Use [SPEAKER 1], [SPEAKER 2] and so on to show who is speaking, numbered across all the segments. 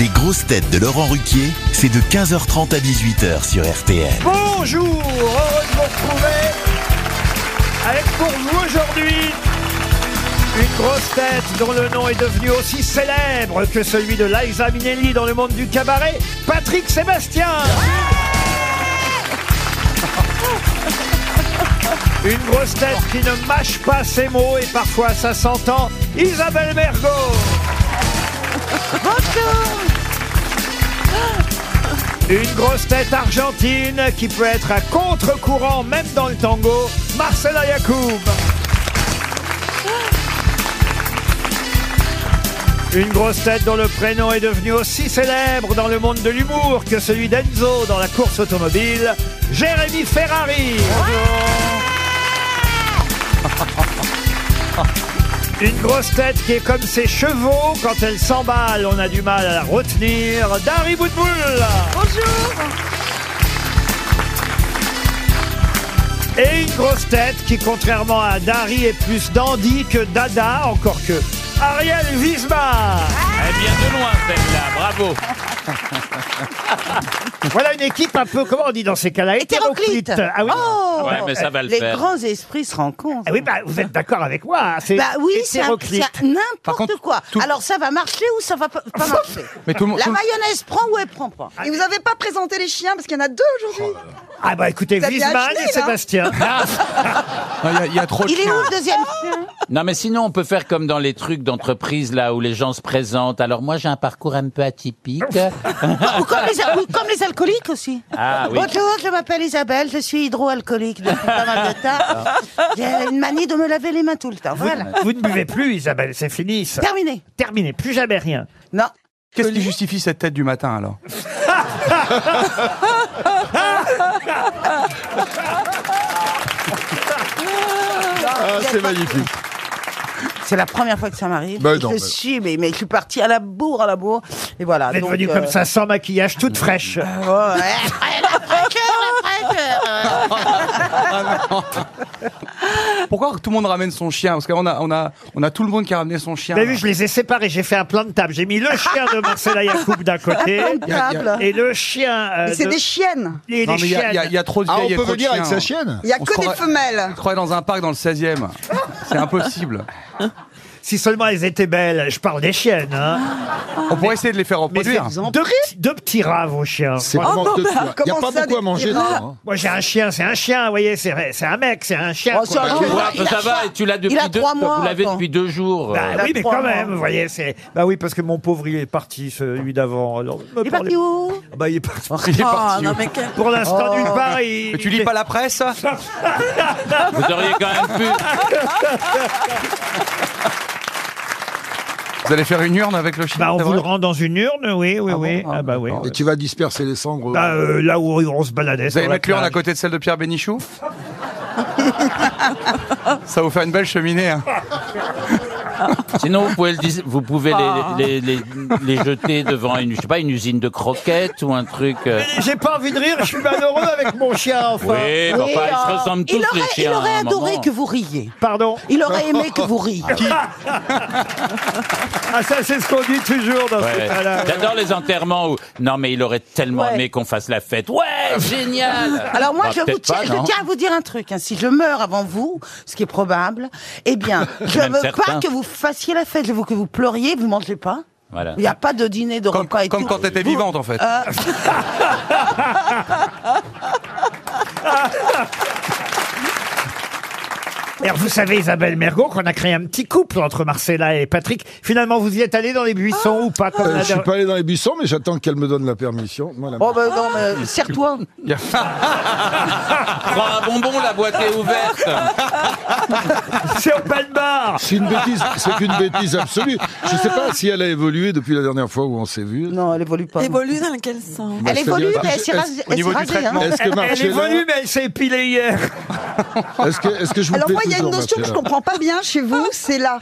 [SPEAKER 1] Les grosses têtes de Laurent Ruquier, c'est de 15h30 à 18h sur RTL.
[SPEAKER 2] Bonjour, heureux de vous retrouver avec pour vous aujourd'hui une grosse tête dont le nom est devenu aussi célèbre que celui de Liza Minnelli dans le monde du cabaret, Patrick Sébastien. Une grosse tête qui ne mâche pas ses mots et parfois ça s'entend, Isabelle Mergot. Une grosse tête argentine qui peut être à contre-courant même dans le tango, Marcela Yacoub. Une grosse tête dont le prénom est devenu aussi célèbre dans le monde de l'humour que celui d'Enzo dans la course automobile, Jérémy Ferrari. Une grosse tête qui est comme ses chevaux, quand elle s'emballe, on a du mal à la retenir, Dari Boudboul.
[SPEAKER 3] Bonjour
[SPEAKER 2] Et une grosse tête qui, contrairement à Dari, est plus dandy que Dada, encore que Ariel Wiesbach.
[SPEAKER 4] Elle vient de loin, celle-là, bravo.
[SPEAKER 2] Voilà une équipe un peu, comment on dit dans ces cas-là
[SPEAKER 3] Hétéroclite
[SPEAKER 2] Ah oui,
[SPEAKER 3] Oh
[SPEAKER 4] Ouais, mais ça va le
[SPEAKER 5] Les
[SPEAKER 4] faire.
[SPEAKER 5] grands esprits se rencontrent.
[SPEAKER 2] Ah oui bah, vous êtes d'accord avec moi. hein, C'est
[SPEAKER 5] Bah oui, c'est un-
[SPEAKER 2] hétéroclite.
[SPEAKER 5] c'est un- n'importe quoi. Alors ça va marcher ou ça va pas, pas marcher La mayonnaise prend ou elle prend pas
[SPEAKER 3] Ah. Et vous avez pas présenté les chiens parce qu'il y en a deux aujourd'hui
[SPEAKER 4] Oh,
[SPEAKER 2] Ah bah écoutez,
[SPEAKER 3] Vous avez
[SPEAKER 2] Wiesmann
[SPEAKER 3] acheté,
[SPEAKER 2] et
[SPEAKER 3] là
[SPEAKER 2] Sébastien. Ah,
[SPEAKER 5] Il est où le deuxième
[SPEAKER 4] Non, mais sinon, on peut faire comme dans les trucs d'entreprise, là, où les gens se présentent. Alors, moi, j'ai un parcours un peu atypique.
[SPEAKER 5] ou, comme les, ou comme les alcooliques aussi.
[SPEAKER 4] Ah oui.
[SPEAKER 5] Bonjour, je m'appelle Isabelle, je suis hydroalcoolique depuis pas mal de temps.
[SPEAKER 4] Ah.
[SPEAKER 5] J'ai une manie de me laver les mains tout le temps. Voilà.
[SPEAKER 2] Vous ne buvez plus, Isabelle, c'est fini. ça.
[SPEAKER 5] Terminé.
[SPEAKER 2] Terminé, plus jamais rien.
[SPEAKER 5] Non.
[SPEAKER 6] Qu'est-ce qui justifie cette tête du matin alors
[SPEAKER 5] c'est magnifique. C'est la première fois que ça m'arrive.
[SPEAKER 7] Bah
[SPEAKER 5] Et
[SPEAKER 7] non,
[SPEAKER 5] je
[SPEAKER 7] mais-
[SPEAKER 5] suis, mais, mais je suis partie à la bourre, à la bourre. Et voilà.
[SPEAKER 2] Vous êtes
[SPEAKER 5] donc,
[SPEAKER 2] venue
[SPEAKER 5] euh,
[SPEAKER 2] comme ça, sans maquillage, toute fraîche.
[SPEAKER 5] Ouais, la fraîcheur, la fraîcheur.
[SPEAKER 6] Pourquoi tout le monde ramène son chien Parce qu'on a, on a, on a tout le monde qui a ramené son chien.
[SPEAKER 2] Vous avez vu, je les ai séparés, Bah j'ai fait un plan de table. J'ai mis le chien de Marcela Yacoub d'un côté
[SPEAKER 3] Table.
[SPEAKER 2] et le chien euh,
[SPEAKER 3] Mais c'est
[SPEAKER 2] de-
[SPEAKER 3] des chiennes
[SPEAKER 2] et
[SPEAKER 6] Non,
[SPEAKER 2] les
[SPEAKER 6] mais il y, a- il y a-
[SPEAKER 2] chiennes.
[SPEAKER 6] il y a trop de
[SPEAKER 7] Ah,
[SPEAKER 6] vieilles
[SPEAKER 7] on
[SPEAKER 6] et
[SPEAKER 7] peut
[SPEAKER 6] trop de
[SPEAKER 7] venir avec
[SPEAKER 6] chiens,
[SPEAKER 7] sa
[SPEAKER 6] hein.
[SPEAKER 7] chienne
[SPEAKER 3] Il y a
[SPEAKER 6] On
[SPEAKER 3] que
[SPEAKER 6] se
[SPEAKER 3] des
[SPEAKER 6] croirait-
[SPEAKER 3] femelles
[SPEAKER 6] On se croirait dans un parc dans le 16 e C'est impossible.
[SPEAKER 2] Si seulement elles étaient belles, je parle des chiennes. Hein.
[SPEAKER 6] On pourrait essayer de les faire reproduire.
[SPEAKER 2] Deux, petits- deux petits rats, vos chiens.
[SPEAKER 7] C'est vraiment
[SPEAKER 3] non,
[SPEAKER 7] que de
[SPEAKER 3] bah,
[SPEAKER 7] toi. Il n'y a
[SPEAKER 3] comment
[SPEAKER 7] pas
[SPEAKER 3] ça,
[SPEAKER 7] beaucoup
[SPEAKER 3] des
[SPEAKER 7] à manger
[SPEAKER 3] petits rats
[SPEAKER 7] dedans. hein.
[SPEAKER 2] Moi, j'ai un chien, c'est un chien, vous voyez, c'est c'est un mec, c'est un chien.
[SPEAKER 5] Oh,
[SPEAKER 2] quoi.
[SPEAKER 5] c'est un
[SPEAKER 4] Tu vois,
[SPEAKER 5] Il a
[SPEAKER 4] ça va,
[SPEAKER 5] trois-
[SPEAKER 4] et tu l'as depuis
[SPEAKER 5] il a
[SPEAKER 4] deux,
[SPEAKER 5] trois mois,
[SPEAKER 4] vous l'avez
[SPEAKER 5] attends.
[SPEAKER 4] depuis deux jours.
[SPEAKER 2] Bah
[SPEAKER 5] la
[SPEAKER 2] oui, mais
[SPEAKER 5] trois
[SPEAKER 2] quand
[SPEAKER 5] mois.
[SPEAKER 6] hein.
[SPEAKER 2] même, vous voyez, c'est. Bah oui, parce que mon pauvre, il est parti, celui d'avant. alors, me
[SPEAKER 5] Il est
[SPEAKER 2] parlez-
[SPEAKER 5] parti où
[SPEAKER 2] Bah, il est parti.
[SPEAKER 6] Il est
[SPEAKER 5] Ah,
[SPEAKER 6] parti.
[SPEAKER 5] non, mais quel-
[SPEAKER 2] Pour l'instant, nulle part. il-
[SPEAKER 6] Oh. Mais tu lis pas la presse
[SPEAKER 4] Vous auriez quand même pu.
[SPEAKER 6] Vous allez faire une urne avec le chien
[SPEAKER 2] Bah, on
[SPEAKER 6] c'est
[SPEAKER 2] vous
[SPEAKER 6] vrai
[SPEAKER 2] le rend dans une urne, oui, oui,
[SPEAKER 6] Ah bon
[SPEAKER 2] oui.
[SPEAKER 6] Ah,
[SPEAKER 2] ah, bah oui.
[SPEAKER 7] Et tu vas disperser les cendres.
[SPEAKER 2] Bah, euh, là où on se baladait.
[SPEAKER 6] Vous allez mettre l'urne à
[SPEAKER 2] côté.
[SPEAKER 6] côté de celle de Pierre Bénichou Ça va vous faire une belle cheminée. hein.
[SPEAKER 4] Sinon, vous pouvez, le dis- vous pouvez
[SPEAKER 5] Ah.
[SPEAKER 4] les, les, les, les jeter devant une, je sais pas, une usine de croquettes ou un truc. euh.
[SPEAKER 2] J'ai pas envie de rire, je suis malheureux avec mon chien, enfin.
[SPEAKER 4] Oui, bon, enfin,
[SPEAKER 5] Oui,
[SPEAKER 4] Eh ben, ils se
[SPEAKER 5] euh,
[SPEAKER 4] ressemblent tous
[SPEAKER 5] il aurait,
[SPEAKER 4] les chiens. hein, à
[SPEAKER 5] il aurait
[SPEAKER 4] un
[SPEAKER 5] adoré
[SPEAKER 4] moment.
[SPEAKER 5] que vous riez.
[SPEAKER 2] Pardon.
[SPEAKER 5] Il aurait aimé que vous riez.
[SPEAKER 2] Ah, ça, c'est ce qu'on dit toujours dans
[SPEAKER 4] Ouais.
[SPEAKER 2] ce cas-là.
[SPEAKER 4] J'adore les enterrements où. Non, mais il aurait tellement
[SPEAKER 5] Ouais.
[SPEAKER 4] aimé qu'on fasse la fête. Ouais, génial.
[SPEAKER 5] Alors moi,
[SPEAKER 4] Ah,
[SPEAKER 5] je, vous
[SPEAKER 4] peut-être
[SPEAKER 5] tiens,
[SPEAKER 4] pas,
[SPEAKER 5] je
[SPEAKER 4] non.
[SPEAKER 5] tiens à vous dire un truc. hein. Si je meurs avant vous, ce qui est probable, eh bien, je
[SPEAKER 4] Même
[SPEAKER 5] veux
[SPEAKER 4] certain.
[SPEAKER 5] pas que vous fassiez la fête. Je veux que vous pleuriez, vous mangez pas.
[SPEAKER 4] Voilà.
[SPEAKER 5] Il n'y a pas de dîner, de
[SPEAKER 6] Comme,
[SPEAKER 5] repas et
[SPEAKER 6] comme
[SPEAKER 5] tout.
[SPEAKER 6] quand t'étais vivante en fait.
[SPEAKER 2] Euh. Alors, vous savez, Isabelle Mergot, qu'on a créé un petit couple entre Marcella et Patrick. Finalement, vous y êtes allé dans les buissons
[SPEAKER 6] Ah.
[SPEAKER 2] ou pas comme
[SPEAKER 7] Euh,
[SPEAKER 2] la
[SPEAKER 7] je suis
[SPEAKER 2] dernière-
[SPEAKER 7] pas allé dans les buissons, mais j'attends qu'elle me donne la permission. Moi, la-
[SPEAKER 2] bah.
[SPEAKER 5] Oh ben non,
[SPEAKER 3] Ah.
[SPEAKER 5] mais serre-toi.
[SPEAKER 4] Prends un bonbon, la boîte est ouverte.
[SPEAKER 2] C'est open bar
[SPEAKER 7] C'est une bêtise, c'est une bêtise absolue. Je sais pas si elle a évolué depuis la dernière fois où on s'est vu.
[SPEAKER 5] Non, elle évolue pas. Bah,
[SPEAKER 8] Évolue dans quel sens
[SPEAKER 7] Bah,
[SPEAKER 5] Elle évolue,
[SPEAKER 7] c'est-à-dire-
[SPEAKER 5] mais elle s'est
[SPEAKER 7] Est-ce
[SPEAKER 5] rasée. elle
[SPEAKER 6] niveau
[SPEAKER 5] s'est
[SPEAKER 6] du
[SPEAKER 5] rasée, hein.
[SPEAKER 6] traitement.
[SPEAKER 7] est-ce que
[SPEAKER 2] Elle évolue,
[SPEAKER 7] Marcella,
[SPEAKER 2] mais elle s'est épilée hier.
[SPEAKER 7] est-ce que, est-ce que je vous
[SPEAKER 3] Alors
[SPEAKER 7] plais
[SPEAKER 3] moi il y a une
[SPEAKER 7] toujours,
[SPEAKER 3] notion que je
[SPEAKER 7] Marcella
[SPEAKER 6] Ah.
[SPEAKER 3] comprends pas bien chez vous, c'est la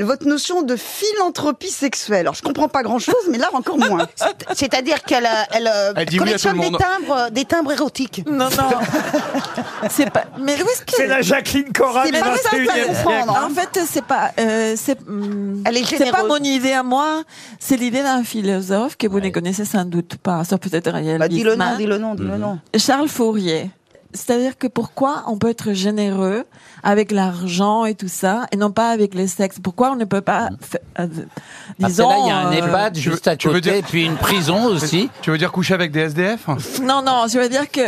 [SPEAKER 3] votre notion de philanthropie sexuelle. Alors, je comprends pas grand-chose, mais là, encore moins.
[SPEAKER 5] C'est- C'est-à-dire qu'elle euh, elle, euh,
[SPEAKER 6] Elle dit oui à
[SPEAKER 5] collectionne
[SPEAKER 6] tout le
[SPEAKER 5] des
[SPEAKER 6] monde.
[SPEAKER 5] timbres, euh, des timbres érotiques.
[SPEAKER 8] Non, non. c'est pas. Mais où est-ce que.
[SPEAKER 2] C'est la Jacqueline Cora
[SPEAKER 3] C'est
[SPEAKER 2] du
[SPEAKER 3] pas ça que ça
[SPEAKER 2] 21e siècle.
[SPEAKER 5] hein,
[SPEAKER 3] comprendre.
[SPEAKER 8] En fait, c'est pas. euh, c'est. hum,
[SPEAKER 5] Elle est
[SPEAKER 8] C'est pas
[SPEAKER 5] généreuse.
[SPEAKER 8] mon idée à moi. C'est l'idée d'un philosophe que vous ne connaissez sans doute pas, sauf peut-être Ariel.
[SPEAKER 5] Bah, dis le nom,
[SPEAKER 8] Wiesmann.
[SPEAKER 5] dis le nom, dis le nom.
[SPEAKER 3] Mm-hmm.
[SPEAKER 8] Charles Fourier. C'est-à-dire que pourquoi on peut être généreux avec l'argent et tout ça, et non pas avec les sexes Pourquoi on ne peut
[SPEAKER 5] Mmh.
[SPEAKER 8] pas, fa- euh,
[SPEAKER 4] Après
[SPEAKER 8] disons,
[SPEAKER 4] là, il y a un
[SPEAKER 8] euh,
[SPEAKER 4] EHPAD
[SPEAKER 6] tu veux-
[SPEAKER 4] juste à
[SPEAKER 6] tu veux
[SPEAKER 4] côté,
[SPEAKER 6] dire-
[SPEAKER 4] puis une prison aussi.
[SPEAKER 6] Tu veux dire coucher avec des SDF
[SPEAKER 8] Non, non, je veux dire que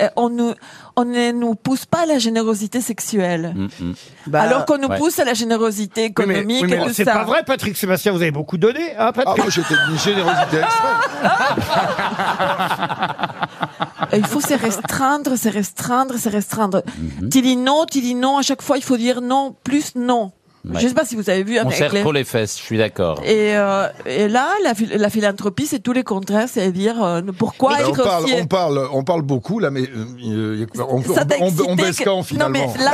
[SPEAKER 8] euh, on nous, on ne nous pousse pas à la générosité sexuelle,
[SPEAKER 6] Mm,
[SPEAKER 5] Bah,
[SPEAKER 8] alors qu'on nous
[SPEAKER 4] ouais.
[SPEAKER 8] pousse à la générosité
[SPEAKER 6] Oui, mais-
[SPEAKER 8] économique
[SPEAKER 6] oui, mais
[SPEAKER 8] et tout
[SPEAKER 2] C'est
[SPEAKER 8] ça.
[SPEAKER 2] pas vrai, Patrick Sébastien, vous avez beaucoup donné, hein,
[SPEAKER 7] Ah,
[SPEAKER 2] Patrick
[SPEAKER 7] moi, j'étais d'une générosité extrême.
[SPEAKER 8] Euh, Il faut se restreindre, se restreindre, se restreindre. Tu dis non, tu dis non. À chaque fois, il faut dire non, plus non.
[SPEAKER 4] Ouais.
[SPEAKER 8] Je sais pas si vous avez vu
[SPEAKER 4] On
[SPEAKER 8] avec
[SPEAKER 4] serre
[SPEAKER 8] les-
[SPEAKER 4] trop les fesses, je suis d'accord.
[SPEAKER 8] Et, euh, et là, la, phil- la philanthropie, c'est tous les contraires, c'est-à-dire euh, pourquoi
[SPEAKER 7] Ben, on,
[SPEAKER 8] être
[SPEAKER 7] parle,
[SPEAKER 8] fier-
[SPEAKER 7] on, parle, on parle beaucoup, là, mais euh, euh, y a- on,
[SPEAKER 8] Ça t'a
[SPEAKER 7] on- on- on
[SPEAKER 8] excité
[SPEAKER 7] baisse
[SPEAKER 8] que-
[SPEAKER 7] quand,
[SPEAKER 8] Non,
[SPEAKER 7] finalement
[SPEAKER 8] mais là,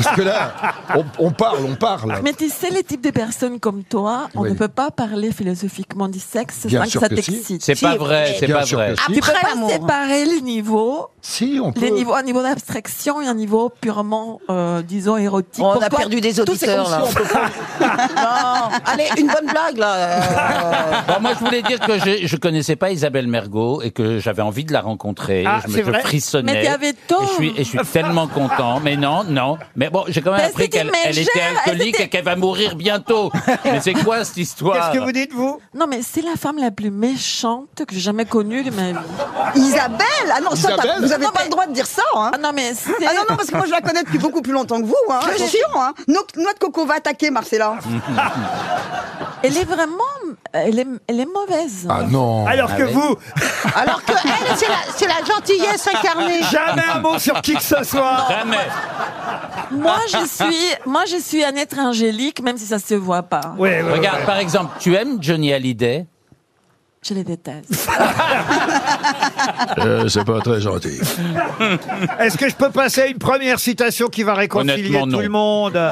[SPEAKER 7] Parce que là, on, on parle, on parle.
[SPEAKER 8] mais tu sais, les types de personnes comme toi, on
[SPEAKER 7] Oui.
[SPEAKER 8] ne peut pas parler philosophiquement du sexe
[SPEAKER 7] Bien
[SPEAKER 8] sans que
[SPEAKER 7] sûr
[SPEAKER 8] ça
[SPEAKER 7] que si.
[SPEAKER 8] t'excite.
[SPEAKER 4] C'est pas
[SPEAKER 5] Si,
[SPEAKER 4] vrai,
[SPEAKER 5] mais-
[SPEAKER 4] c'est
[SPEAKER 7] Bien
[SPEAKER 4] pas
[SPEAKER 7] sûr
[SPEAKER 4] vrai.
[SPEAKER 7] que si.
[SPEAKER 8] Tu peux
[SPEAKER 5] Après
[SPEAKER 8] pas
[SPEAKER 5] l'amour.
[SPEAKER 8] séparer les niveaux,
[SPEAKER 7] Si, on peut.
[SPEAKER 8] les niveaux, un niveau d'abstraction et un niveau purement, euh, disons, érotique.
[SPEAKER 5] On a
[SPEAKER 8] Pourquoi
[SPEAKER 5] perdu des
[SPEAKER 8] Tout, c'est comme
[SPEAKER 5] auditeurs,
[SPEAKER 8] si
[SPEAKER 5] là.
[SPEAKER 8] on peut pas-
[SPEAKER 5] non. Allez, une bonne blague, là. euh.
[SPEAKER 4] Bon, moi, je voulais dire que je, je connaissais pas Isabelle Mergot et que j'avais envie de la rencontrer.
[SPEAKER 2] Ah,
[SPEAKER 4] je me
[SPEAKER 2] c'est
[SPEAKER 4] je
[SPEAKER 2] vrai
[SPEAKER 4] frissonnais.
[SPEAKER 8] Mais t'avais
[SPEAKER 4] Et
[SPEAKER 8] tort.
[SPEAKER 4] je suis, et je suis tellement content. Mais non, non. Mais bon, j'ai quand même
[SPEAKER 8] Mais
[SPEAKER 4] appris
[SPEAKER 8] c'était
[SPEAKER 4] qu'elle
[SPEAKER 8] mégère,
[SPEAKER 4] elle était
[SPEAKER 8] elle
[SPEAKER 4] alcoolique
[SPEAKER 8] était-
[SPEAKER 4] et qu'elle va mourir bientôt. Mais c'est quoi cette histoire
[SPEAKER 2] Qu'est-ce que vous dites, vous
[SPEAKER 7] Ah,
[SPEAKER 8] Non, mais c'est la femme la plus méchante que j'ai jamais connue de ma vie.
[SPEAKER 3] Isabelle Ah non, ça, t'as-
[SPEAKER 7] Isabelle
[SPEAKER 3] vous avez pas le droit de dire ça, hein
[SPEAKER 8] Ah non, mais c'est...
[SPEAKER 3] Ah non, non, parce que moi, je la connais depuis beaucoup plus longtemps que vous, hein Attention, hein No- Noix de coco va attaquer, Marcella
[SPEAKER 8] Elle est vraiment... Elle est, elle est mauvaise.
[SPEAKER 7] Ah non
[SPEAKER 2] Alors que
[SPEAKER 4] oui.
[SPEAKER 2] vous,
[SPEAKER 5] Alors que elle, c'est la, c'est la gentillesse incarnée.
[SPEAKER 2] jamais un mot sur qui que ce soit.
[SPEAKER 4] Jamais.
[SPEAKER 8] Moi, je suis... Moi, je suis un être angélique, même si ça se voit pas.
[SPEAKER 2] Oui, oui, oui.
[SPEAKER 4] Regarde, par exemple, tu aimes Johnny Hallyday
[SPEAKER 8] Je les déteste.
[SPEAKER 7] Euh, C'est pas très gentil.
[SPEAKER 2] Est-ce que je peux passer à une première citation qui va réconcilier
[SPEAKER 4] Honnêtement,
[SPEAKER 2] tout
[SPEAKER 4] non.
[SPEAKER 2] le monde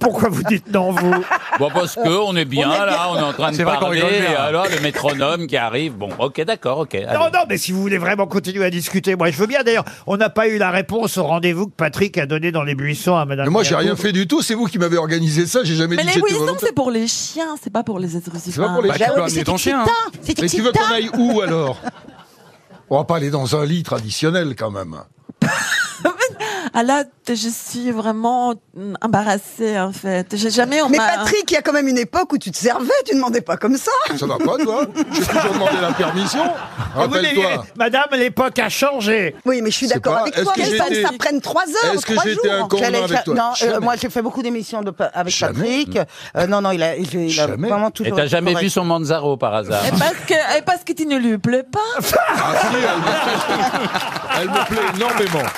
[SPEAKER 2] Pourquoi vous dites non, vous
[SPEAKER 4] Bon, parce que on est bien, là, on est en train de
[SPEAKER 6] C'est vrai qu'on
[SPEAKER 4] parler.
[SPEAKER 6] rigole bien.
[SPEAKER 4] et alors, le métronome qui arrive. Bon, ok, d'accord, ok. allez.
[SPEAKER 2] Non, non, mais si vous voulez vraiment continuer à discuter, moi je veux bien. D'ailleurs, on n'a pas eu la réponse au rendez-vous que Patrick a donné dans les buissons à Madame.
[SPEAKER 7] Mais moi, j'ai
[SPEAKER 2] Mergo.
[SPEAKER 7] rien fait du tout, c'est vous qui m'avez organisé ça, j'ai jamais
[SPEAKER 8] Mais
[SPEAKER 7] dit que
[SPEAKER 8] les
[SPEAKER 7] j'étais
[SPEAKER 8] Wilson,
[SPEAKER 7] volontaire.
[SPEAKER 8] c'est pour les chiens, c'est pas pour les êtres humains.
[SPEAKER 7] C'est pas pour les
[SPEAKER 6] Bah, tu
[SPEAKER 7] chiens.
[SPEAKER 6] peux amener ton chien. hein.
[SPEAKER 5] C'est
[SPEAKER 7] Mais tu veux qu'on
[SPEAKER 5] excitant.
[SPEAKER 7] aille où, alors On va pas aller dans un lit traditionnel, quand même.
[SPEAKER 8] Ah là, t- je suis vraiment mm, embarrassée, en fait. J'ai jamais... on
[SPEAKER 3] Mais
[SPEAKER 8] m'a-
[SPEAKER 3] Patrick, il y a quand même une époque où tu te servais, tu demandais pas comme ça
[SPEAKER 7] Ça va pas, toi J'ai toujours demandé la permission.
[SPEAKER 2] Ah, vous l'avez-
[SPEAKER 7] Rappelle-toi.
[SPEAKER 2] Madame, l'époque a changé.
[SPEAKER 3] Oui, mais je suis
[SPEAKER 7] Je sais
[SPEAKER 3] d'accord
[SPEAKER 7] pas,
[SPEAKER 3] avec
[SPEAKER 7] est-ce
[SPEAKER 3] toi,
[SPEAKER 7] que
[SPEAKER 3] mais ça,
[SPEAKER 7] j'étais-
[SPEAKER 3] ça prenne trois heures,
[SPEAKER 7] Est-ce que
[SPEAKER 3] trois
[SPEAKER 7] j'étais
[SPEAKER 3] jours
[SPEAKER 7] un con
[SPEAKER 5] J'allais
[SPEAKER 7] non, avec
[SPEAKER 5] faire-
[SPEAKER 7] toi
[SPEAKER 5] non, euh,
[SPEAKER 7] Jamais.
[SPEAKER 5] moi j'ai fait beaucoup d'émissions de, pa- avec
[SPEAKER 7] Jamais.
[SPEAKER 5] Patrick. Euh, non, non, il a, il, il a
[SPEAKER 7] Jamais.
[SPEAKER 5] vraiment
[SPEAKER 4] Et
[SPEAKER 5] toujours.
[SPEAKER 4] t'as
[SPEAKER 5] été
[SPEAKER 4] jamais
[SPEAKER 5] correct.
[SPEAKER 4] vu son Manzaro par hasard
[SPEAKER 2] Eh
[SPEAKER 8] Et parce que, et parce que tu ne lui plais pas.
[SPEAKER 7] Ah si, elle me plaît, elle me plaît énormément.